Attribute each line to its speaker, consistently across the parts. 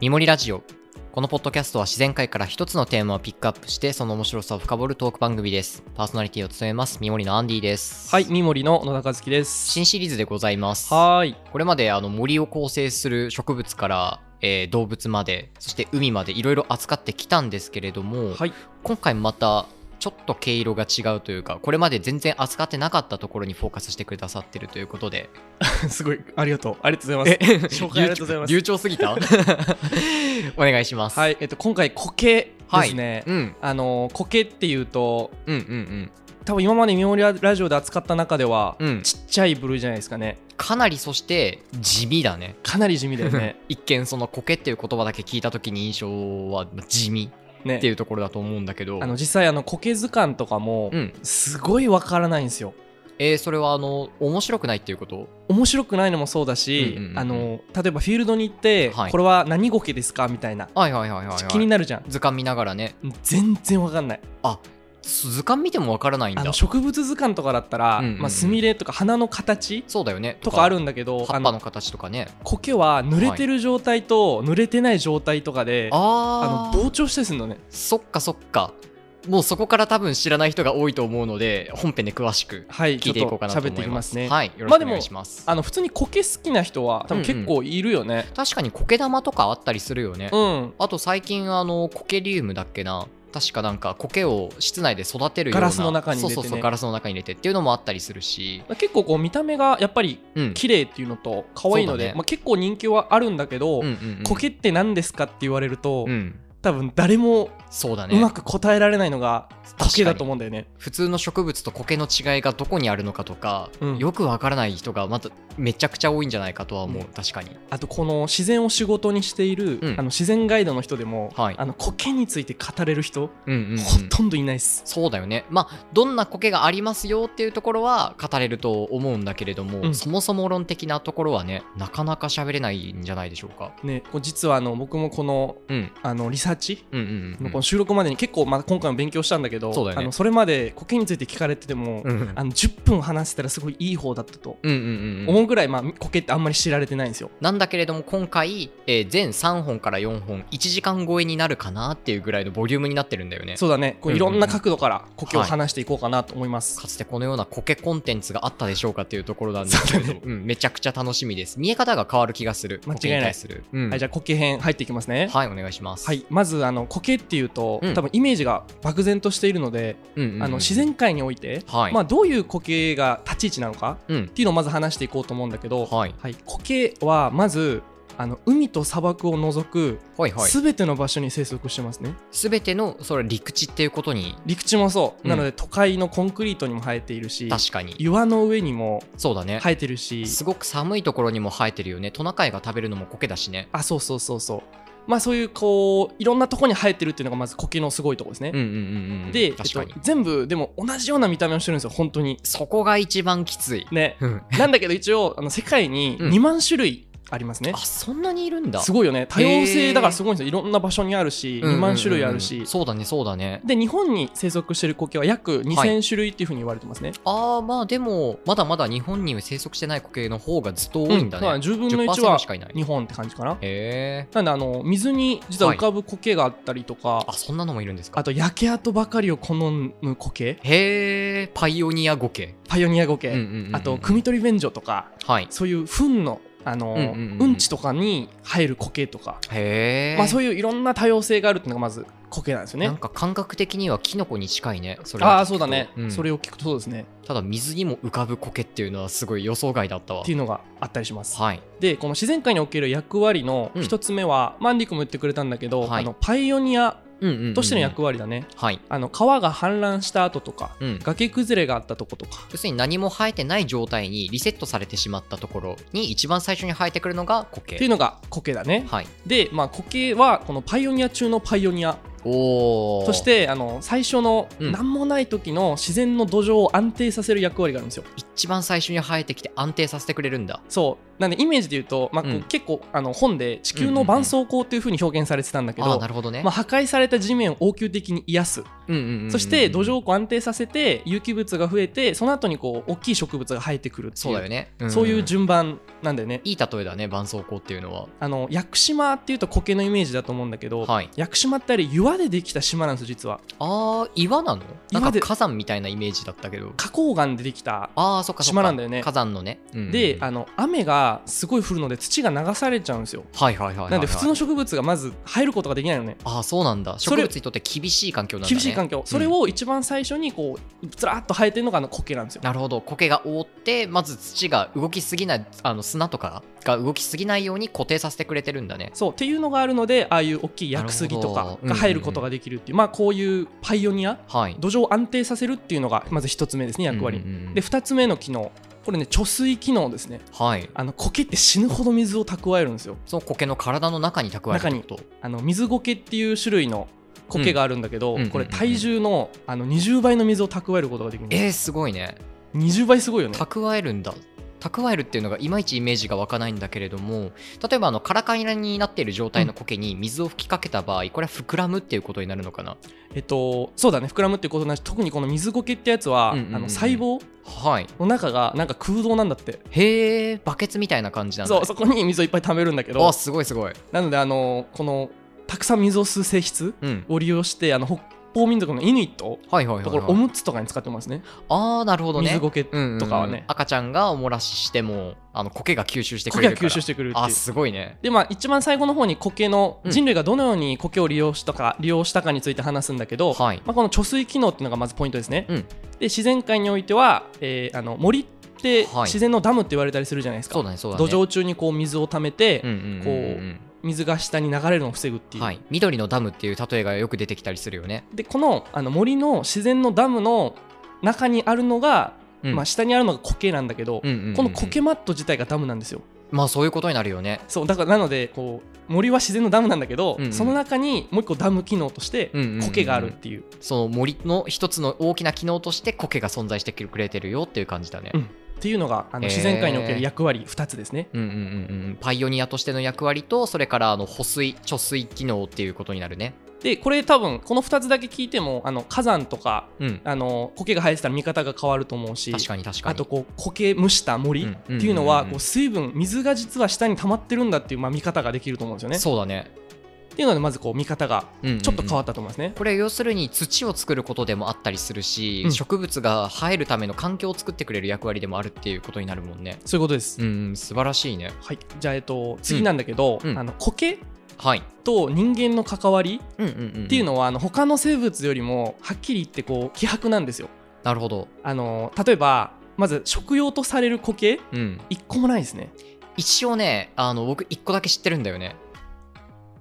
Speaker 1: みもりラジオ。このポッドキャストは自然界から一つのテーマをピックアップして、その面白さを深掘るトーク番組です。パーソナリティを務めます、みもりのアンディです。
Speaker 2: はい、。三森の野田和樹です。
Speaker 1: 新シリーズでございます。
Speaker 2: はーい。
Speaker 1: これまであの森を構成する植物から、えー動物まで、そして海までいろいろ扱ってきたんですけれども、
Speaker 2: はい。
Speaker 1: 今回またちょっと毛色が違うというか、これまで全然扱ってなかったところにフォーカスしてくださってるということで、
Speaker 2: すごい、ありがとう。ありがとうござ います。紹介ありがとうございます。
Speaker 1: 流暢すぎ たお願いします。
Speaker 2: はい、えっと、今回、苔
Speaker 1: は
Speaker 2: で
Speaker 1: い。
Speaker 2: すね。
Speaker 1: うん。
Speaker 2: あの、苔っていうと、
Speaker 1: うんうんうん。
Speaker 2: 多分今まで三森ラジオで扱った中では、
Speaker 1: うん
Speaker 2: ちっちゃい部類じゃないですかね。
Speaker 1: かなりそして地味だね。
Speaker 2: かなり地味だよね。
Speaker 1: 一見その苔っていう言葉だけ聞いた時に印象は地味
Speaker 2: ね
Speaker 1: っていうところだと思うんだけど。
Speaker 2: あの、実際、あの、苔図鑑とかも、
Speaker 1: うん。
Speaker 2: すごいわからないんですよ。
Speaker 1: えー、それはあの面白くないっていうこと
Speaker 2: 面白くないのもそうだし、
Speaker 1: うんうんうんうん
Speaker 2: あの例えばフィールドに行って、
Speaker 1: はい
Speaker 2: これは何苔ですかみたいな、
Speaker 1: はいはいはいはい、はい。
Speaker 2: 気になるじゃん
Speaker 1: 図鑑見ながらね。
Speaker 2: 全然わかんない
Speaker 1: す図鑑見てもわからないん
Speaker 2: あ
Speaker 1: だ
Speaker 2: の。植物図鑑とかだったら、
Speaker 1: うんうんうん
Speaker 2: まあ、スミレとか花の形
Speaker 1: そうだよね。
Speaker 2: とかあるんだけど
Speaker 1: 葉
Speaker 2: あ
Speaker 1: っぱ
Speaker 2: の
Speaker 1: の形とかね。
Speaker 2: 苔は濡れてる状態と濡れてない状態とかで、
Speaker 1: あ
Speaker 2: あ
Speaker 1: ー
Speaker 2: の膨張したりするのね
Speaker 1: そっかそっか。もうそこから多分知らない人が多いと思うので、本編で詳しく
Speaker 2: はい
Speaker 1: 聞いていこうかなと思
Speaker 2: 喋
Speaker 1: い
Speaker 2: っ
Speaker 1: ます。
Speaker 2: ていきますね、
Speaker 1: はい、よろしくお願いします。
Speaker 2: あの普通に苔好きな人は多分結構いるよね
Speaker 1: 確かに苔玉とかあったりするよね。
Speaker 2: うん、
Speaker 1: あと最近あの苔リウムだっけな。確かなんか苔を室内で育てるような
Speaker 2: ガラスの中に入れてね
Speaker 1: そうそうそうガラスの中に入れてっていうのもあったりするし、
Speaker 2: 結構こう見た目がやっぱり
Speaker 1: うん、
Speaker 2: 綺麗っていうのと可愛いの
Speaker 1: そう
Speaker 2: で、
Speaker 1: だね
Speaker 2: まあ、結構人気はあるんだけど、
Speaker 1: うんうんうん
Speaker 2: 苔って何ですかって言われると、
Speaker 1: うん
Speaker 2: 多分誰も
Speaker 1: そうだ
Speaker 2: う
Speaker 1: ね
Speaker 2: まく答えられないのが
Speaker 1: かに
Speaker 2: 苔だと思うんだよね。
Speaker 1: 普通の植物と苔の違いがどこにあるのかとか、
Speaker 2: うん
Speaker 1: よくわからない人がまためちゃくちゃ多いんじゃないかとは思う、
Speaker 2: ね
Speaker 1: 確かに
Speaker 2: あとこの自然を仕事にしている、
Speaker 1: うん
Speaker 2: あの自然ガイドの人でも、
Speaker 1: はい
Speaker 2: あの苔について語れる人、
Speaker 1: うんうんうん、
Speaker 2: ほとんどいないです。
Speaker 1: そうだよねまあどんな苔がありますよっていうところは語れると思うんだけれども、
Speaker 2: うん
Speaker 1: そもそも論的なところはねなかなか喋れないんじゃないでしょうか
Speaker 2: ね、こう実はあの僕もこの
Speaker 1: うん
Speaker 2: あのリサーチ
Speaker 1: うんうんうん
Speaker 2: のこの収録までに結構まあ今回も勉強したんだけど
Speaker 1: そうだよね
Speaker 2: あのそれまで苔について聞かれてても、
Speaker 1: うんうん
Speaker 2: あの10分話せたらすごいいい方だったと
Speaker 1: うんうんうんうん
Speaker 2: 思うぐらい、まあ、苔ってあんまり知られてないんですよ。
Speaker 1: なんだけれども今回、えー全3本から4本1時間超えになるかなっていうぐらいのボリュームになってるんだよね
Speaker 2: そうだねこ
Speaker 1: う
Speaker 2: うんい
Speaker 1: うんう
Speaker 2: ろ
Speaker 1: ん
Speaker 2: んな角度から苔を話していこうかなと思います。
Speaker 1: かつてこのようなコケコンテンツがあったでしょうかっていうところなんですけれども、うん、めちゃくちゃ楽しみです見え方が変わる気がする
Speaker 2: 間違い
Speaker 1: コケ
Speaker 2: ない
Speaker 1: に対する、うん
Speaker 2: はい、じゃあ苔編入っていきますね。
Speaker 1: はいお願いします、
Speaker 2: はい、まずあの苔っていうと、
Speaker 1: うん
Speaker 2: 多分イメージが漠然としているので、
Speaker 1: うんうんうん
Speaker 2: あの自然界において、
Speaker 1: はい、
Speaker 2: まあ、どういう苔が立ち位置なのか
Speaker 1: うん
Speaker 2: っていうのをまず話していこうと思うんだけど、
Speaker 1: はい
Speaker 2: はい、苔はまずあの海と砂漠を除く
Speaker 1: はいはい
Speaker 2: 全ての場所に生息してますね、
Speaker 1: すべてのそれは陸地っていうことに
Speaker 2: 陸地もそう、
Speaker 1: うん
Speaker 2: なので都会のコンクリートにも生えているし
Speaker 1: 確かに
Speaker 2: 岩の上にも
Speaker 1: そうだね、
Speaker 2: 生えてるし
Speaker 1: すごく寒いところにも生えてるよねトナカイが食べるのもコケだしね
Speaker 2: あそうそうそうそうまあそういうこういろんなとこに生えてるっていうのがまず苔のすごいとこですね、
Speaker 1: うんうんうんうん
Speaker 2: で、えっ
Speaker 1: 確か
Speaker 2: と
Speaker 1: に、、
Speaker 2: 全部でも同じような見た目をしてるんですよ本当に
Speaker 1: そこが一番きつい、
Speaker 2: ね
Speaker 1: うん
Speaker 2: なんだけど一応あの世界に
Speaker 1: うん
Speaker 2: 2万種類ありますね
Speaker 1: あ、そんなにいるんだ
Speaker 2: すごいよね多様
Speaker 1: へー
Speaker 2: 性だからすごいんですよいろんな場所にあるし
Speaker 1: うんうん
Speaker 2: 2
Speaker 1: うんうん
Speaker 2: 万種類あるし、
Speaker 1: そうだねそうだね
Speaker 2: で日本に生息してる苔は約
Speaker 1: は
Speaker 2: 2000種類っていうふうに言われてますね、
Speaker 1: ああまあでもまだまだ日本に生息してない苔の方がずっと多いんだね、
Speaker 2: うん10分の1
Speaker 1: 10%
Speaker 2: は
Speaker 1: しかいない
Speaker 2: 日本って感じかな
Speaker 1: へえ
Speaker 2: なんであの水に実は浮かぶ苔があったりとか、
Speaker 1: あそんなのもいるんですか
Speaker 2: あと焼け跡ばかりを好む苔
Speaker 1: へえパイオニアゴケ、
Speaker 2: パイオニア苔、
Speaker 1: うんうんうんうん
Speaker 2: あと汲み取り便所とか
Speaker 1: はい
Speaker 2: そういう糞のあの、
Speaker 1: う
Speaker 2: うんん
Speaker 1: うんうんうん
Speaker 2: ちとかに生える苔とか、
Speaker 1: へえ
Speaker 2: まあ、そう
Speaker 1: いう
Speaker 2: いういろんな多様性があるっていうのがまず苔なんですよ
Speaker 1: なん
Speaker 2: ね。
Speaker 1: か感覚的にはキノコに近いねそれを聞くと
Speaker 2: ああそうだね、
Speaker 1: ん
Speaker 2: それを聞くとそうですね
Speaker 1: ただ水にも浮かぶ苔っていうのはすごい予想外だったわ
Speaker 2: っていうのがあったりします。
Speaker 1: はい
Speaker 2: でこの自然界における役割の
Speaker 1: うん
Speaker 2: 一つ目は、マンディクも言ってくれたんだけど、
Speaker 1: はい
Speaker 2: あのパイオニア
Speaker 1: うんうんうんうん
Speaker 2: としての役割だね、
Speaker 1: はい
Speaker 2: あの川が氾濫した後とか
Speaker 1: うん
Speaker 2: 崖崩れがあったとことか
Speaker 1: 要するに何も生えてない状態にリセットされてしまったところに一番最初に生えてくるのが苔
Speaker 2: っていうのが苔だね。
Speaker 1: はい
Speaker 2: で、まあ、苔はこのパイオニア中のパイオニア
Speaker 1: おお
Speaker 2: そしてあの最初の
Speaker 1: うん
Speaker 2: 何もない時の自然の土壌を安定させる役割があるんですよ。
Speaker 1: 一番最初に生えてきて安定させてくれるんだ
Speaker 2: そうなんでイメージで言うと、まあこう
Speaker 1: うん
Speaker 2: 結構あの本で地
Speaker 1: う
Speaker 2: 球
Speaker 1: んうんう
Speaker 2: の
Speaker 1: ん
Speaker 2: 絆創膏というふうに表現されてたんだけど、
Speaker 1: ああなるほどね、
Speaker 2: まあ、破壊された地面を応急的に癒す、
Speaker 1: うんうんうんうんうん
Speaker 2: そして土壌をこう安定させて有機物が増えてその後にこう大きい植物が生えてくるっていう
Speaker 1: そうだよね、んん
Speaker 2: そういう順番なんだよね。
Speaker 1: いい例えだね絆創膏っていうのは
Speaker 2: あの屋久島っていうと苔のイメージだと思うんだけど、
Speaker 1: はい
Speaker 2: 屋久島ってあれ岩でできた島なんですよ実は
Speaker 1: あー岩なのなん
Speaker 2: 岩
Speaker 1: か
Speaker 2: で
Speaker 1: 火山みたいなイメージだったけど
Speaker 2: 花崗岩でできた
Speaker 1: ああそっかそっか
Speaker 2: 島なんだよね
Speaker 1: 火山のね、うんうん
Speaker 2: であの雨がすごい降るので土が流されちゃうんですよ
Speaker 1: はいはいはいはいはい
Speaker 2: なんで普通の植物がまず入ることができないのね
Speaker 1: ああそうなんだ
Speaker 2: そ
Speaker 1: 植
Speaker 2: れ
Speaker 1: 物にとって厳しい環境なんだね
Speaker 2: 厳しい環境それを一番最初にこうずらっと生えてるのがあの苔なんですよ
Speaker 1: なるほど苔が覆ってまず土が動きすぎないあの砂とかが動きすぎないように固定させてくれてるんだね
Speaker 2: そうっていうのがあるのでああいう大きい屋久杉
Speaker 1: なる
Speaker 2: とか
Speaker 1: ほど
Speaker 2: が入ることができるっていうまあこういうパイオニア
Speaker 1: はい
Speaker 2: 土壌を安定させるっていうのがまず一つ目ですね役割、
Speaker 1: うんうんうん
Speaker 2: で2つ目の機能これね貯水機能ですね
Speaker 1: はい
Speaker 2: あの苔って死ぬほど水を蓄えるんですよ
Speaker 1: その苔の体の中に蓄えるってこと
Speaker 2: あの水苔っていう種類の苔があるんだけど、
Speaker 1: うん
Speaker 2: これ
Speaker 1: うんうんうんうん
Speaker 2: 体重のあの20倍の水を蓄えることができるんです
Speaker 1: えー、すごいね
Speaker 2: 20倍すごいよね
Speaker 1: 蓄えるんだ蓄えるっていうのがいまいちイメージが湧かないんだけれども例えばあのカラカラになっている状態の苔に水を吹きかけた場合これは膨らむっていうことになるのかな
Speaker 2: えっとそうだね膨らむっていうことなし特にこの水苔ってやつは、
Speaker 1: うんうんうん
Speaker 2: あの細胞
Speaker 1: はい
Speaker 2: の中がなんか空洞なんだって
Speaker 1: へえバケツみたいな感じなんだ
Speaker 2: そ
Speaker 1: ね
Speaker 2: うそこに水をいっぱい溜めるんだけど
Speaker 1: あすごいすごい
Speaker 2: なのであのこのたくさん水を吸う性質
Speaker 1: うん
Speaker 2: を利用してあの北方民族のイヌイット
Speaker 1: はいはいはい、
Speaker 2: と
Speaker 1: は
Speaker 2: こ
Speaker 1: い
Speaker 2: れ、おむつとかに使ってますね
Speaker 1: ああなるほどね
Speaker 2: 水苔
Speaker 1: うんうんうん
Speaker 2: とかはね
Speaker 1: 赤ちゃんがお漏らししてもあの苔が吸収してく
Speaker 2: 苔
Speaker 1: れ
Speaker 2: が
Speaker 1: るから
Speaker 2: 吸収してくるっていう
Speaker 1: あすごいね
Speaker 2: でまあ一番最後の方に苔の
Speaker 1: うん
Speaker 2: 人類がどのように苔を利用したか、利用したかについて話すんだけど、
Speaker 1: はい
Speaker 2: まあ、この貯水機能っていうのがまずポイントですね、
Speaker 1: うん
Speaker 2: で自然界においては、えーあの森って
Speaker 1: はい
Speaker 2: 自然のダムって言われたりするじゃないですか、
Speaker 1: そうだねそうだね
Speaker 2: 土壌中にこう水を溜めて、
Speaker 1: うんうんうんうん
Speaker 2: 水が下に流れるのを防ぐっていう、
Speaker 1: はい緑のダムっていう例えがよく出てきたりするよね、
Speaker 2: でこのあの森の自然のダムの中にあるのが、
Speaker 1: うん
Speaker 2: まあ、下にあるのが苔なんだけど、
Speaker 1: うんうんうんうん
Speaker 2: この苔マット自体がダムなんですよ
Speaker 1: まあそういうことになるよね
Speaker 2: そうだからなのでこう森は自然のダムなんだけど、
Speaker 1: うんうん
Speaker 2: その中にもう一個ダム機能として
Speaker 1: うんうんうんうん
Speaker 2: 苔があるっていう,、
Speaker 1: その森の一つの大きな機能として苔が存在してくれてるよっていう感じだね。
Speaker 2: うんっていうのがあの
Speaker 1: へー
Speaker 2: 自然界における役割2つですね。
Speaker 1: うんうんうんうん、パイオニアとしての役割とそれからあの保水貯水機能っていうことになるね。
Speaker 2: でこれ多分この2つだけ聞いてもあの火山とか
Speaker 1: うん、
Speaker 2: あの苔が生えてたら見方が変わると思うし
Speaker 1: 確かに確かに。
Speaker 2: あとこう苔蒸した森
Speaker 1: うん
Speaker 2: っていうのは
Speaker 1: うんうんうんうん
Speaker 2: こう水分水が実は下に溜まってるんだっていうまあ見方ができると思うんですよね。
Speaker 1: そうだね、
Speaker 2: っていうのでまずこう見方が
Speaker 1: うんうんうん
Speaker 2: ちょっと変わったと思いますね。
Speaker 1: これ要するに土を作ることでもあったりするし、
Speaker 2: うん
Speaker 1: 植物が生えるための環境を作ってくれる役割でもあるっていうことになるもんね。
Speaker 2: そういうことです。
Speaker 1: うんうん、素晴らしいね。
Speaker 2: はい、じゃあ、えっと、次なんだけど、
Speaker 1: うんうん
Speaker 2: あの苔
Speaker 1: はい。
Speaker 2: と人間の関わり
Speaker 1: うんうんうん、
Speaker 2: っていうのはあの他の生物よりもはっきり言ってこう希薄なんですよ
Speaker 1: なるほど。
Speaker 2: あの例えばまず食用とされる苔
Speaker 1: うん、
Speaker 2: 一個もないですね
Speaker 1: 一応ねあの僕一個だけ知ってるんだよね。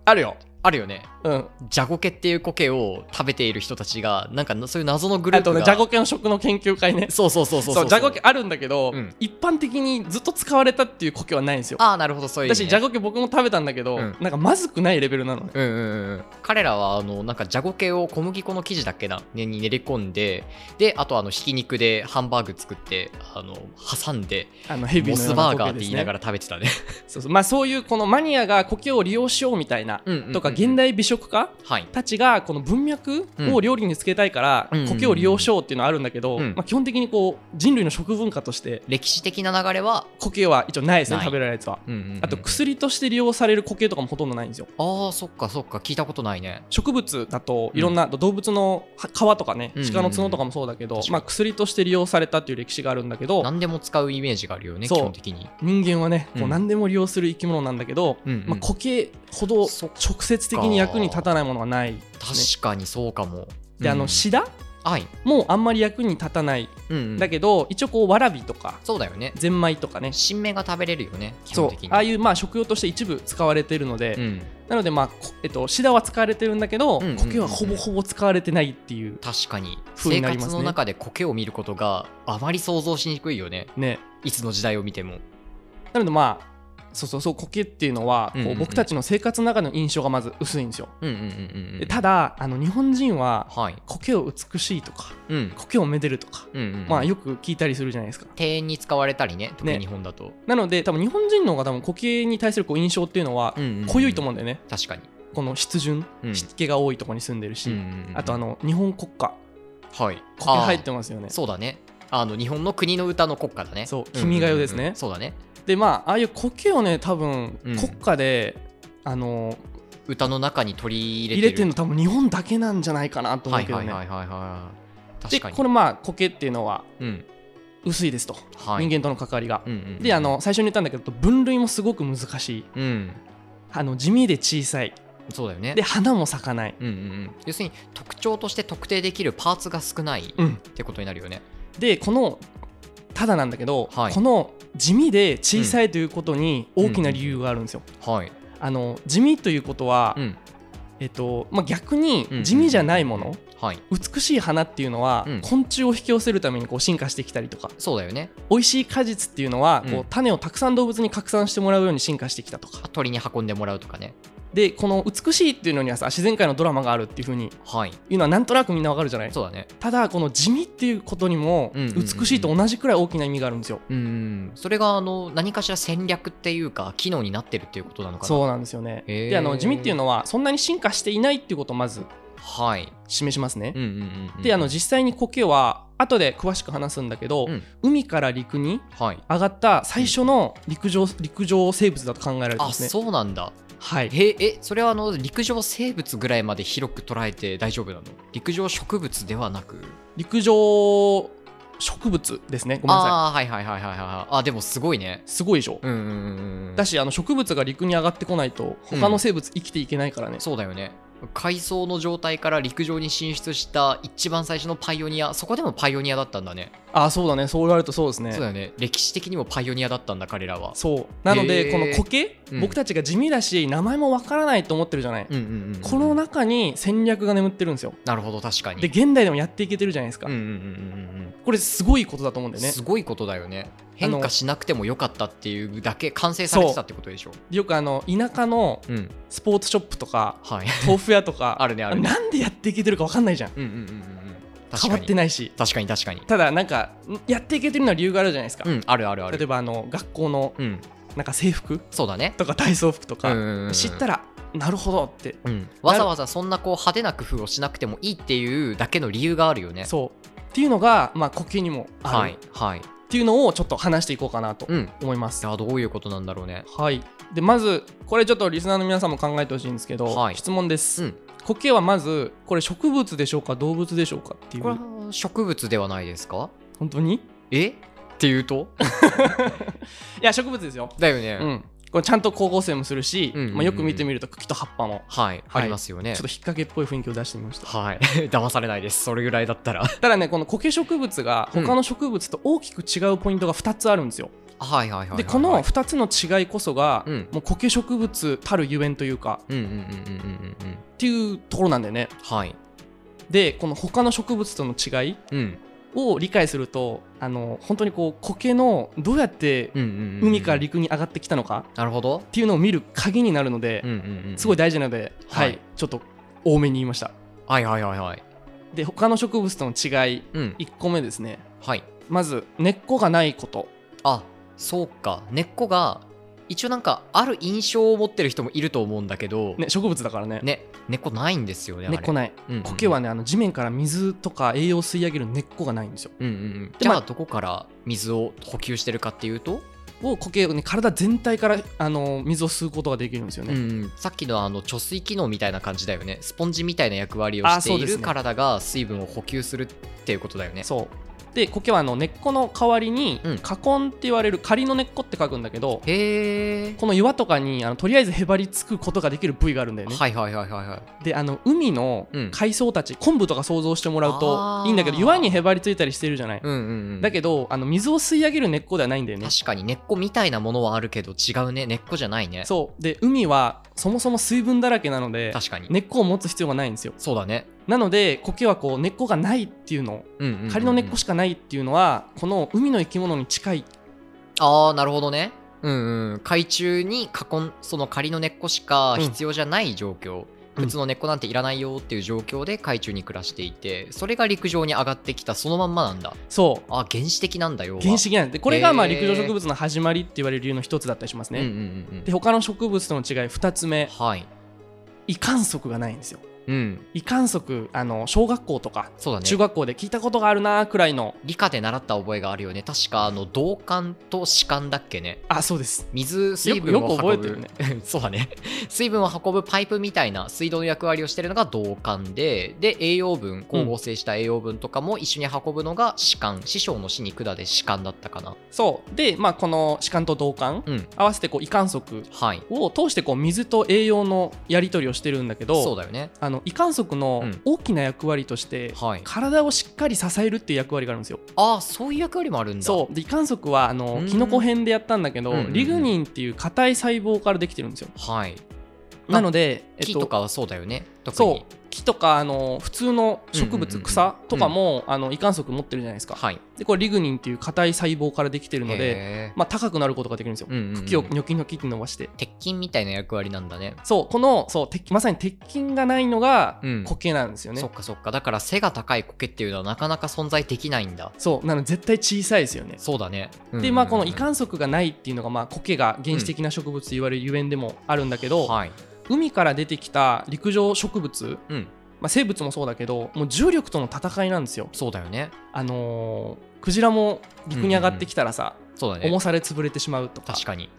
Speaker 2: あるよ
Speaker 1: あるよね。
Speaker 2: うん
Speaker 1: ジャゴケっていう苔を食べている人たちがなんかそういう謎のグル
Speaker 2: あ
Speaker 1: ープ
Speaker 2: と
Speaker 1: が
Speaker 2: ねジャゴケの食の研究会ね
Speaker 1: そうそうそうそ
Speaker 2: そう
Speaker 1: うそう
Speaker 2: ジャゴケあるんだけど、
Speaker 1: うん
Speaker 2: 一般的にずっと使われたっていう苔はないんですよ
Speaker 1: ああなるほどそういう意
Speaker 2: だ
Speaker 1: 味
Speaker 2: し
Speaker 1: ね
Speaker 2: ジャゴケ僕も食べたんだけど、
Speaker 1: うん
Speaker 2: なんかまずくないレベルなのね
Speaker 1: うんうんうんうん、彼らはあのなんかジャゴケを小麦粉の生地だっけな、ね、に練り込んでであとあのひき肉でハンバーグ作ってあの挟んで
Speaker 2: あのヘビ
Speaker 1: モ
Speaker 2: ーのよ
Speaker 1: ス
Speaker 2: うな
Speaker 1: バ
Speaker 2: 苔
Speaker 1: ーガーって
Speaker 2: で
Speaker 1: 言
Speaker 2: す
Speaker 1: い
Speaker 2: ね
Speaker 1: ながら食べてたね
Speaker 2: そうそうまあそういうこのマニアが苔を利用しようみたいな、
Speaker 1: うんうんうんうん
Speaker 2: とか現代美食家
Speaker 1: はい
Speaker 2: たちがこの文脈を料理につけたいから
Speaker 1: うん
Speaker 2: 苔を利用しようっていうのはあるんだけど、
Speaker 1: うん
Speaker 2: まあ、基本的にこう人類の食文化として
Speaker 1: 歴史的な流れは、
Speaker 2: 苔は一応ないですね
Speaker 1: ない
Speaker 2: 食べられるやつは。
Speaker 1: うんうんうん
Speaker 2: あと薬として利用される苔とかもほとんどないんですよ。
Speaker 1: ああそっかそっか聞いたことないね
Speaker 2: 植物だといろんな動物のは皮とかね
Speaker 1: うん
Speaker 2: 鹿の角とかもそうだけど、
Speaker 1: 確かに
Speaker 2: まあ、薬として利用されたっていう歴史があるんだけど
Speaker 1: 何でも使うイメージがあるよね基
Speaker 2: そう
Speaker 1: 本的に、
Speaker 2: 人間はねこ
Speaker 1: う
Speaker 2: うん何でも利用する生き物なんだけど、
Speaker 1: うんうん
Speaker 2: まあ、苔ほど直
Speaker 1: そっか
Speaker 2: 接的に役に立たないものはない、ね。
Speaker 1: 確かにそうかも
Speaker 2: であ
Speaker 1: う
Speaker 2: の
Speaker 1: ん
Speaker 2: シダ
Speaker 1: はい、
Speaker 2: もあんまり役に立たない
Speaker 1: うんうん
Speaker 2: だけど一応こうわらびとか
Speaker 1: そうだよね
Speaker 2: ゼンマイとかね
Speaker 1: 新芽が食べれるよね基
Speaker 2: そ
Speaker 1: 本
Speaker 2: う
Speaker 1: 的に
Speaker 2: ああいうまあ食用として一部使われているので、
Speaker 1: うん、
Speaker 2: なのでまあ、こえっと、シダは使われてるんだけど、
Speaker 1: うんうんうん
Speaker 2: 苔はほぼほぼ使われてないっていう
Speaker 1: 確かに
Speaker 2: 風
Speaker 1: 生
Speaker 2: になりますね
Speaker 1: 活の中で苔を見ることがあまり想像しにくいよね
Speaker 2: ね
Speaker 1: いつの時代を見ても
Speaker 2: なのでまあそうそうそう苔っていうのはこ
Speaker 1: うんうん
Speaker 2: う
Speaker 1: うん
Speaker 2: 僕たちの生活の中の印象がまず薄いんですよ。
Speaker 1: うんうんうんう
Speaker 2: で
Speaker 1: ん
Speaker 2: ただあの日本人は
Speaker 1: はい
Speaker 2: 苔を美しいとか
Speaker 1: うん
Speaker 2: 苔をめでるとか、
Speaker 1: うんうん
Speaker 2: まあよく聞いたりするじゃないですか。
Speaker 1: 庭園に使われたりね特に日本だと、
Speaker 2: なので多分日本人の方も苔に対するこう印象っていうのは
Speaker 1: うんうんうん
Speaker 2: 濃ゆいと思うんだよね。
Speaker 1: 確かに、
Speaker 2: この湿潤
Speaker 1: うん
Speaker 2: 湿気が多いところに住んでるし、
Speaker 1: うんうん
Speaker 2: あとあの日本国歌
Speaker 1: はい
Speaker 2: 苔入っ
Speaker 1: あ
Speaker 2: てますよ
Speaker 1: ー。
Speaker 2: ね
Speaker 1: そうだねあの日本の国の歌の国歌だね
Speaker 2: そうん
Speaker 1: んん
Speaker 2: 君が代ですね
Speaker 1: そうだね
Speaker 2: でまあああいう苔をね多分
Speaker 1: うん
Speaker 2: 国歌で、あの
Speaker 1: 歌の中に取り入れ
Speaker 2: 入
Speaker 1: てる
Speaker 2: れてるの多分日本だけなんじゃないかなと思
Speaker 1: は
Speaker 2: う
Speaker 1: い
Speaker 2: けど
Speaker 1: はい
Speaker 2: ね。
Speaker 1: はいはいはい
Speaker 2: で
Speaker 1: 確かに
Speaker 2: このまあ苔っていうのは
Speaker 1: うん
Speaker 2: 薄いですと、
Speaker 1: はい
Speaker 2: 人間との関わりが。
Speaker 1: うんうんうん
Speaker 2: であの最初に言ったんだけど分類もすごく難しい
Speaker 1: うん
Speaker 2: あの地味で小さい
Speaker 1: そうだよね
Speaker 2: で花も咲かない、
Speaker 1: うんうんうん、要するに特徴として特定できるパーツが少ないっ
Speaker 2: うん、
Speaker 1: てことになるよね。
Speaker 2: でこのただなんだけど、
Speaker 1: はい
Speaker 2: この地味で小さいということに大きな理由があるんですよ。
Speaker 1: はい。
Speaker 2: あの地味ということは、
Speaker 1: うん。
Speaker 2: えっとまあ、逆に
Speaker 1: うん
Speaker 2: 地味じゃないもの、
Speaker 1: はい。
Speaker 2: 美しい花っていうのは、
Speaker 1: うん
Speaker 2: 昆虫を引き寄せるためにこう進化してきたりとか
Speaker 1: そうだよね。
Speaker 2: 美味しい果実っていうのは、
Speaker 1: う
Speaker 2: こうん種をたくさん動物に拡散してもらうように進化してきたとか
Speaker 1: 鳥に運んでもらうとかね。
Speaker 2: でこの美しいっていうのにはさ自然界のドラマがあるっていうふうに
Speaker 1: はい。
Speaker 2: いうのはなんとなくみんなわかるじゃない
Speaker 1: そうだね。
Speaker 2: ただこの地味っていうことにも
Speaker 1: うんうんうんうん
Speaker 2: 美しいと同じくらい大きな意味があるんですよ、
Speaker 1: うん。それがあの何かしら戦略っていうか機能になってるっていうことなのかな。
Speaker 2: そうなんですよね
Speaker 1: へー
Speaker 2: であの地味っていうのはそんなに進化していないっていうことをまず
Speaker 1: はい。
Speaker 2: 示しますね、
Speaker 1: うんうんうん、うん。
Speaker 2: であの実際に苔は後で詳しく話すんだけど、
Speaker 1: うん
Speaker 2: 海から陸に
Speaker 1: はい。
Speaker 2: 上がった最初の陸上陸上生物だと考えられてま
Speaker 1: あ、
Speaker 2: すね
Speaker 1: そうなんだ。
Speaker 2: はい
Speaker 1: へえ、それはあの陸上生物ぐらいまで広く捉えて大丈夫なの陸上植物ではなく。
Speaker 2: 陸上植物ですねごめんなさ
Speaker 1: ああー、はいはいはいはいはいはい。あ、でもすごいね
Speaker 2: い。すごいでしょ、
Speaker 1: うんうんうんうん。
Speaker 2: だしあの植物が陸に上がってこないと他の生物生きていけないからね、
Speaker 1: そうだよね海藻の状態から陸上に進出した一番最初のパイオニアそこでもパイオニアだったんだね
Speaker 2: ああそうだねそう言われるとそうですね
Speaker 1: そうだよね歴史的にもパイオニアだったんだ彼らは
Speaker 2: そうなの
Speaker 1: へ
Speaker 2: で
Speaker 1: ー
Speaker 2: この苔、
Speaker 1: うん
Speaker 2: 僕たちが地味だし名前もわからないと思ってるじゃない、
Speaker 1: うんうんうん
Speaker 2: この中に戦略が眠ってるんですよ
Speaker 1: なるほど確かに
Speaker 2: で現代でもやっていけてるじゃないですか、
Speaker 1: うんうんうんうん
Speaker 2: これすごいことだと思う
Speaker 1: う
Speaker 2: ん
Speaker 1: ん
Speaker 2: だよね
Speaker 1: すごいことだよね
Speaker 2: あの
Speaker 1: 変化しなくてもよかったっていうだけ完成されてたってことでしょ
Speaker 2: よくあの田舎の
Speaker 1: う、ん、
Speaker 2: スポーツショップとか
Speaker 1: はい
Speaker 2: 豆腐屋とか
Speaker 1: あるねあるね
Speaker 2: なんでやっていけてるかわかんないじゃん
Speaker 1: うんうんうんうんうん確
Speaker 2: 変
Speaker 1: か
Speaker 2: わっ
Speaker 1: に
Speaker 2: てないし
Speaker 1: 確かに確かに
Speaker 2: ただなんかんやっていけてるのは理由があるじゃないですか、
Speaker 1: うんあるあるある
Speaker 2: 例えばあの学校の
Speaker 1: うん
Speaker 2: なんか制服
Speaker 1: そうだね
Speaker 2: とか体操服とか、知った
Speaker 1: ら
Speaker 2: らなるほどって
Speaker 1: うん、わざわざそんなこう派手な工夫をしなくてもいいっていうだけの理由があるよね。
Speaker 2: そうっていうのが、まあ、呼吸にもあ
Speaker 1: は
Speaker 2: る
Speaker 1: い、はい、
Speaker 2: っていうのをちょっと話していこうかなと
Speaker 1: うん、
Speaker 2: 思います。
Speaker 1: じゃあどういうことなんだろうね。
Speaker 2: はい、でまずこれちょっとリスナーの皆さんも考えてほしいんですけど、
Speaker 1: はい
Speaker 2: 質問です、
Speaker 1: うん
Speaker 2: 苔はまずこれ植物でしょうか動物でしょうかっていう
Speaker 1: これは植物ではないですか
Speaker 2: 本当にい
Speaker 1: えっていう と
Speaker 2: や植物ですよ、
Speaker 1: だよ
Speaker 2: う
Speaker 1: ね。
Speaker 2: ん、これちゃんと光合成もするし、
Speaker 1: うんうんうん
Speaker 2: まあ、よく見てみると茎と葉っぱも
Speaker 1: はい、ありますよね
Speaker 2: ちょっと。引っ掛けっぽい雰囲気を出してみました
Speaker 1: はい、 騙されないです。それぐらいだったら。
Speaker 2: ただねこの苔植物が
Speaker 1: うん
Speaker 2: 他の植物と大きく違うポイントが2つあるんですよ、
Speaker 1: はいはいはいはいはい。
Speaker 2: でこの2つの違いこそが、
Speaker 1: うん
Speaker 2: もう苔植物たるゆえんというか
Speaker 1: うんうんうんうんうんうんうん。
Speaker 2: っていうところなんだよね
Speaker 1: はい。
Speaker 2: でこの他の植物との違い
Speaker 1: うん。
Speaker 2: を理解するとあの本当にこう苔のどうやって
Speaker 1: うんうんうん。
Speaker 2: 海から。陸に上がってきたのかっ
Speaker 1: なるほど。
Speaker 2: ていうのを見る鍵になるので
Speaker 1: うん、うんうん。
Speaker 2: すごい
Speaker 1: い。
Speaker 2: 大事なので、
Speaker 1: は
Speaker 2: はいいちょっと多めに言いました
Speaker 1: はいはいはいはい。
Speaker 2: で他の植物との違い
Speaker 1: うん。
Speaker 2: 1個目ですね
Speaker 1: はい。
Speaker 2: まず根っこがないこと
Speaker 1: あ、そうか。根っこが、一応なんか、ある印象を持ってる人もいると思うんだけど、
Speaker 2: ね植物だからね
Speaker 1: ね、根っこないんですよね。
Speaker 2: 根っこ
Speaker 1: ない。
Speaker 2: ない
Speaker 1: うんうん
Speaker 2: 苔はねあの地面から水とか栄養を吸い上げる根っこがないんですよ
Speaker 1: うんうんうん、
Speaker 2: で
Speaker 1: じゃ
Speaker 2: ま
Speaker 1: あ
Speaker 2: あ
Speaker 1: どこから水を補給してるかっていうと、
Speaker 2: を苔をね体全体からあの水を吸うことができるんですよ
Speaker 1: う
Speaker 2: ね、
Speaker 1: んうんさっきのあの貯水機能みたいな感じだよねスポンジみたいな役割を
Speaker 2: あ
Speaker 1: して
Speaker 2: そう
Speaker 1: い
Speaker 2: です
Speaker 1: る
Speaker 2: ね
Speaker 1: 体が水分を補給するっていうことだよね。
Speaker 2: そうで苔はあの根っこの代わりに
Speaker 1: うん
Speaker 2: 花根って言われる仮の根っこって書くんだけど、
Speaker 1: へえ、
Speaker 2: この岩とかにあのとりあえずへばりつくことができる部位があるんだよね、
Speaker 1: はいはいはいはいはい。
Speaker 2: であの海の
Speaker 1: うん
Speaker 2: 海藻たち、昆布とか想像してもらう
Speaker 1: あ
Speaker 2: と
Speaker 1: ー
Speaker 2: いいんだけど岩にへばりついたりしてるじゃない、
Speaker 1: うんうんうん、
Speaker 2: だけどあの水を吸い上げる根っこではないんだよね
Speaker 1: 確かに根っこみたいなものはあるけど違うね根っこじゃないね。
Speaker 2: そうで海はそもそも水分だらけなので
Speaker 1: 確かに、
Speaker 2: 根っこを持つ必要がないんですよ
Speaker 1: そうだね。
Speaker 2: なので苔はこう根っこがないっていうの
Speaker 1: うんうんうんうん
Speaker 2: 仮の根っこしかないっていうのはこの海の生き物に近い
Speaker 1: ああなるほどね。うんうん、海中に囲んその仮の根っこしか必要じゃない状況、
Speaker 2: うん
Speaker 1: 普通の根っこなんていらないよっていう状況で海中に暮らしていてそれが陸上に上がってきたそのまんまなんだ
Speaker 2: そう
Speaker 1: あ原始的なんだよ
Speaker 2: 原始的なんでこれがまあ
Speaker 1: へー
Speaker 2: 陸上植物の始まりって言われる理由の一つだったりしますね、
Speaker 1: うんうんうんうん
Speaker 2: で他の植物との違い2つ目
Speaker 1: はい
Speaker 2: 異観測がないんですよ
Speaker 1: うん
Speaker 2: 異観測あの小学校とか
Speaker 1: そうだね
Speaker 2: 中学校で聞いたことがあるなくらいの
Speaker 1: 理科で習った覚えがあるよね確かあの銅管と歯管だっけね
Speaker 2: あそうです
Speaker 1: 水水分を運ぶ
Speaker 2: よく覚 え
Speaker 1: そうだね水分を運ぶパイプみたいな水道の役割をしてるのが導管でで栄養分光合成した栄養分とかも一緒に運ぶのが歯管師匠の死に管で歯管だったかな
Speaker 2: そうでまあこの歯間と同管
Speaker 1: うん
Speaker 2: 合わせてこう異観測
Speaker 1: はい
Speaker 2: を通してこう水と栄養のやり取りをしてるんだけ
Speaker 1: そう
Speaker 2: ど
Speaker 1: だよね
Speaker 2: あの胃観測の
Speaker 1: うん
Speaker 2: 大きな役割として、
Speaker 1: はい
Speaker 2: 体をしっかり支えるっていう役割があるんですよ。
Speaker 1: ああそういう役割もあるんだ
Speaker 2: そうで胃観測はあ
Speaker 1: う
Speaker 2: の
Speaker 1: ん
Speaker 2: キノコ編でやったんだけど、
Speaker 1: うんうんうん
Speaker 2: リグニンっていう硬い細胞からできてるんですよ。
Speaker 1: はい
Speaker 2: なので、
Speaker 1: 木とかはそうだよね特
Speaker 2: そ
Speaker 1: に
Speaker 2: う木とかあの普通の植
Speaker 1: うんうんうんう
Speaker 2: 物
Speaker 1: ん
Speaker 2: 草とかも、あの胃観測持ってるじゃないですか。
Speaker 1: はい
Speaker 2: でこれリグニンっていう硬い細胞からできてるので、
Speaker 1: へー
Speaker 2: まあ、高くなることができるんですよ。
Speaker 1: うんうんうん
Speaker 2: 茎をニョキニョキって伸ばして。
Speaker 1: 鉄筋みたいな役割なんだね
Speaker 2: そうこのそう鉄まさに鉄筋がないのが
Speaker 1: うん
Speaker 2: 苔なんですよね。
Speaker 1: そっかそっかだから背が高い苔っていうのはなかなか存在できないんだ
Speaker 2: そうなので絶対小さいですよね。
Speaker 1: そうだね
Speaker 2: でまあこの胃
Speaker 1: いかん
Speaker 2: 観測がないっていうのがまあ苔が原始的な植物と言われるゆえんでもあるんだけど、
Speaker 1: はい
Speaker 2: 海から出てきた陸上植物、
Speaker 1: うん
Speaker 2: まあ、生物もそうだけどもう重力との戦いなんですよ。
Speaker 1: そうだよね
Speaker 2: あのークジラも陸に上がってきたらさ、
Speaker 1: そうだね
Speaker 2: 重さで潰れてしまうとか
Speaker 1: 確かに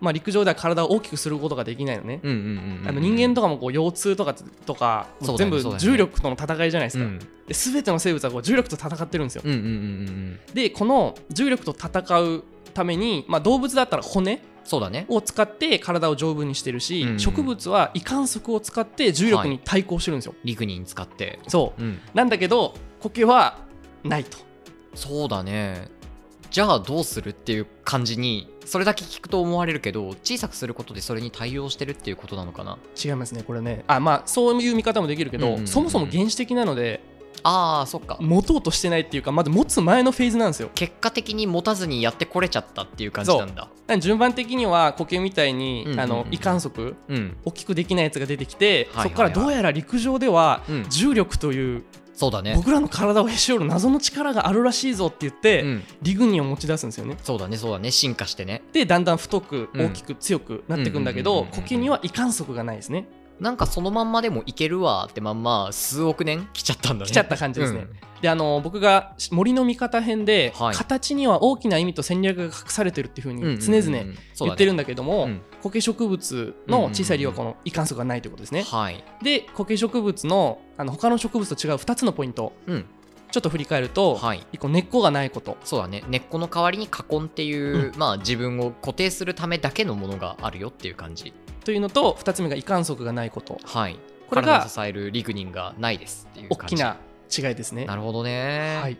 Speaker 2: まあ、陸上では体を大きくすることができないのね。
Speaker 1: うんうんうんうん、
Speaker 2: あの人間
Speaker 1: と
Speaker 2: とかもこう腰痛とかとかもう全部
Speaker 1: そうだねそうだね
Speaker 2: 重力との戦いじゃないです
Speaker 1: うんう
Speaker 2: か、
Speaker 1: ん
Speaker 2: で全ての生物はこう重力と戦ってるんですよ、
Speaker 1: うんうんうんうん
Speaker 2: でこの重力と戦うために、まあ、動物だったら骨
Speaker 1: そうだね
Speaker 2: を使って体を丈夫にしてるし、
Speaker 1: うん
Speaker 2: 植物は胃観測を使って重力に対抗してるんですよ、
Speaker 1: リグニン使って
Speaker 2: そう
Speaker 1: うん
Speaker 2: なんだけど苔はないと
Speaker 1: そうだねじゃあどうするっていう感じにそれだけ聞くと思われるけど小さくすることでそれに対応してるっていうことなのかな
Speaker 2: 違いますねこれねあまあそういう見方もできるけど、
Speaker 1: うんうんうん
Speaker 2: そもそも原始的なので
Speaker 1: あーそっか
Speaker 2: 持とうとしてないっていうかまだ持つ前のフェーズなんですよ
Speaker 1: 結果的に持たずにやってこれちゃったっていう感じなんだ
Speaker 2: なんで順番的には苔みたい
Speaker 1: う
Speaker 2: に、
Speaker 1: んうんうん
Speaker 2: あの胃観測
Speaker 1: うん
Speaker 2: 大きくできないやつが出てきて、
Speaker 1: はいはいはい
Speaker 2: そこからどうやら陸上では
Speaker 1: うん
Speaker 2: 重力という
Speaker 1: そうだね
Speaker 2: 僕らの体をへし折る謎の力があるらしいぞって言って、
Speaker 1: うん
Speaker 2: リグニンを持ち出すんですよね
Speaker 1: そうだねそうだね進化してね
Speaker 2: でだんだん太く
Speaker 1: うん
Speaker 2: 大きく強くなっていくんだけど
Speaker 1: うんうんうんうんうん
Speaker 2: 苔には胃観測がないですね
Speaker 1: なんかそのまんまでもいけるわってまんま数億年来ちゃったんだね
Speaker 2: 来ちゃった感じですね、であの僕が森の見方編で、
Speaker 1: はい
Speaker 2: 形には大きな意味と戦略が隠されてるっていうふう
Speaker 1: うんうんう
Speaker 2: に
Speaker 1: ん
Speaker 2: 常々
Speaker 1: そう
Speaker 2: 言
Speaker 1: だ
Speaker 2: って
Speaker 1: ね
Speaker 2: るんだけども、
Speaker 1: うん
Speaker 2: 苔植物の小さい理由はこの胃観測がないということですね、
Speaker 1: はい
Speaker 2: で苔植物のあの他の植物と違う2つのポイント
Speaker 1: うん
Speaker 2: ちょっと振り返ると、
Speaker 1: はい
Speaker 2: 一個根っこがないこと
Speaker 1: そうだね根っこの代わりに囲んっていう、まあ自分を固定するためだけのものがあるよっていう感じ
Speaker 2: というのと2つ目が胃観測がないこと
Speaker 1: はい
Speaker 2: これ
Speaker 1: 体を
Speaker 2: が
Speaker 1: 支えるリグニンがないですっていう
Speaker 2: 大
Speaker 1: 感
Speaker 2: き
Speaker 1: じ
Speaker 2: な違いですね
Speaker 1: なるほどね、
Speaker 2: はい、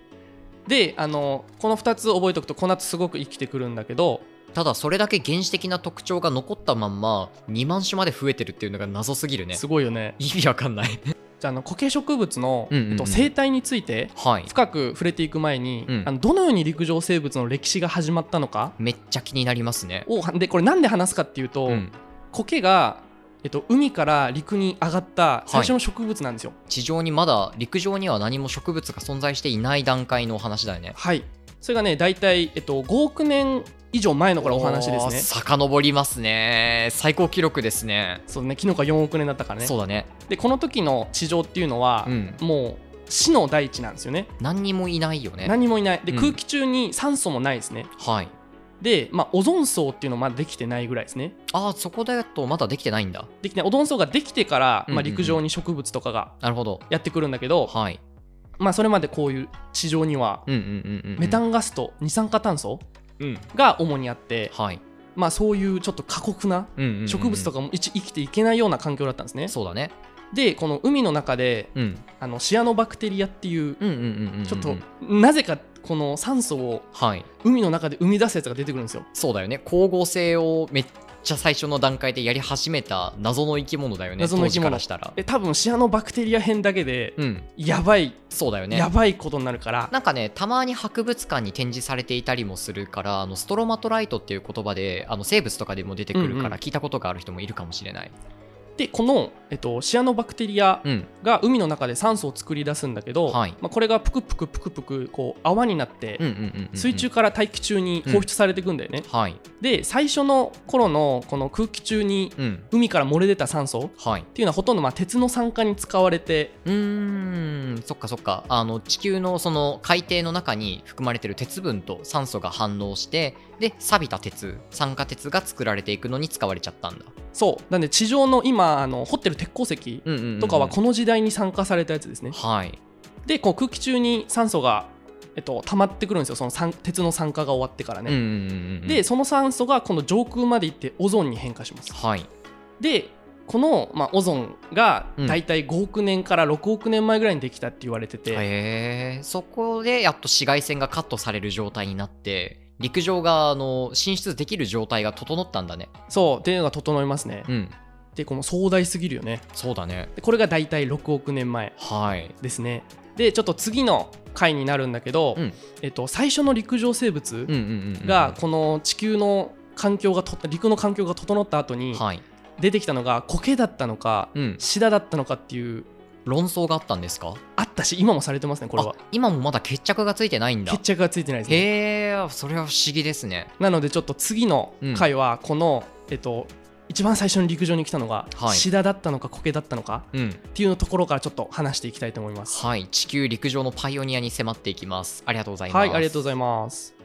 Speaker 2: であのこの2つ覚えておくとこの後すごく生きてくるんだけど
Speaker 1: ただそれだけ原始的な特徴が残ったまんま2万種まで増えてるっていうのが謎すぎるね
Speaker 2: すごいよね
Speaker 1: 意味わかん ない
Speaker 2: じゃああの固形植物の、
Speaker 1: うんうんうん
Speaker 2: えっと、生態について
Speaker 1: はい
Speaker 2: 深く触れていく前に、
Speaker 1: うん
Speaker 2: あのどのように陸上生物の歴史が始まったのか
Speaker 1: めっちゃ気になりますね
Speaker 2: をでこれなんで話すかっていうと、
Speaker 1: うん
Speaker 2: 苔が、えっと、海から陸に上がった最初の植物なんですよ。
Speaker 1: 地上にまだ陸上には何も植物が存在していない段階のお話だよね
Speaker 2: はい、それがね大体、えっと、5億年以上前のこれお話ですね。
Speaker 1: さかのぼりますね最高記録ですね
Speaker 2: そうね昨日が4億年だったからね
Speaker 1: そうだね
Speaker 2: でこの時の地上っていうのは、
Speaker 1: うん
Speaker 2: もう死の大地なんですよね
Speaker 1: 何にもいないよね
Speaker 2: 何もいないで
Speaker 1: うん
Speaker 2: 空気中に酸素もないですね、
Speaker 1: はい
Speaker 2: で、まあ、オゾン層っていうのはまだできてないぐらいですね
Speaker 1: ああそこだとまだできてないんだ
Speaker 2: できてないオゾン層ができてから、
Speaker 1: うんうん
Speaker 2: ま
Speaker 1: うん
Speaker 2: あ、陸上に植物とかが
Speaker 1: なるほど
Speaker 2: やってくるんだけど、
Speaker 1: はい
Speaker 2: まあ、それまでこういう地上には
Speaker 1: うんうんうんうんうん
Speaker 2: メタンガスと二酸化炭素
Speaker 1: うん
Speaker 2: が主にあって、
Speaker 1: はい
Speaker 2: まあ、そういうちょっと過酷な
Speaker 1: うんうんうんうん
Speaker 2: 植物とかも一生きていけないような環境だったんですね、
Speaker 1: そうだね
Speaker 2: でこの海の中で
Speaker 1: うん
Speaker 2: あのシアノバクテリアっていう
Speaker 1: うんうんうんうんうん
Speaker 2: ちょっとなぜかこの酸素を
Speaker 1: はい
Speaker 2: 海の中で生み出すやつが出てくるんですよ
Speaker 1: そうだよね光合成をめっちゃ最初の段階でやり始めた謎の生き物だよね
Speaker 2: 謎の
Speaker 1: 当
Speaker 2: 生き
Speaker 1: 時
Speaker 2: 物
Speaker 1: からしたら
Speaker 2: え多分シアノバクテリア編だけで
Speaker 1: うん
Speaker 2: やばい、
Speaker 1: そうだよね
Speaker 2: やばいことになるから
Speaker 1: なんかねたまに博物館に展示されていたりもするからあのストロマトライトっていう言葉であの生物とかでも出てくるか
Speaker 2: うんうん
Speaker 1: ら聞いたことがある人もいるかもしれない、
Speaker 2: でこの、えっと、シアノバクテリア
Speaker 1: うん、
Speaker 2: が海の中で酸素を作り出すんだけど、
Speaker 1: はい
Speaker 2: まあ、これがプクプクプクプクこう泡になって、
Speaker 1: うんうんうんうんうん
Speaker 2: 水中から大気中に放出されていくんだよね、
Speaker 1: はい
Speaker 2: で最初の頃のこの空気中に
Speaker 1: うん
Speaker 2: 海から漏れ出た酸素っ
Speaker 1: はい
Speaker 2: ていうのはほとんどまあ鉄の酸化に使われて
Speaker 1: うーんそっかそっかあの地球のその海底の中に含まれてる鉄分と酸素が反応してで錆びた鉄酸化鉄が作られていくのに使われちゃったんだ、
Speaker 2: そうなんで地上の今あの掘ってる鉄鉱石
Speaker 1: うんうんうんうん
Speaker 2: とかはこの時代に酸化されたやつですね、
Speaker 1: はい
Speaker 2: でこう空気中に酸素が、えっと、溜まってくるんですよその酸鉄の酸化が終わってから
Speaker 1: うんう
Speaker 2: ね、
Speaker 1: んうんうん
Speaker 2: でその酸素が今度上空まで行ってオゾンに変化します
Speaker 1: はい
Speaker 2: でこの、まあ、オゾンが大体5億年から6億年前ぐらいにできたって言われてて、
Speaker 1: へえそこでやっと紫外線がカットされる状態になって陸上があの進出できる状態が整ったんだね
Speaker 2: そうっていうのが整いますね、
Speaker 1: うん
Speaker 2: でこの壮大すぎるよね
Speaker 1: そうだね
Speaker 2: でこれが大体6億年前
Speaker 1: はい
Speaker 2: ですねでちょっと次の回になるんだけど、
Speaker 1: うん
Speaker 2: えっと、最初の陸上生物
Speaker 1: うんうんうんうん
Speaker 2: がこの地球の環境がと陸の環境が整った後に
Speaker 1: はい
Speaker 2: 出てきたのが苔だったのか
Speaker 1: うん
Speaker 2: シダだったのかっていう
Speaker 1: 論争があったんですか
Speaker 2: あったし今もされてますねこれは
Speaker 1: あ今もまだ決着がついてないんだ
Speaker 2: 決着がついてないですね
Speaker 1: へえそれは不思議ですね
Speaker 2: なのでちょっと次の回はこの、えっと一番最初に陸上に来たのが、
Speaker 1: はい
Speaker 2: シダだったのか苔だったのか
Speaker 1: うん
Speaker 2: っていうのところからちょっと話していきたいと思います。
Speaker 1: はい地球陸上のパイオニアに迫っていきますありがとうございます
Speaker 2: はい、ありがとうございます。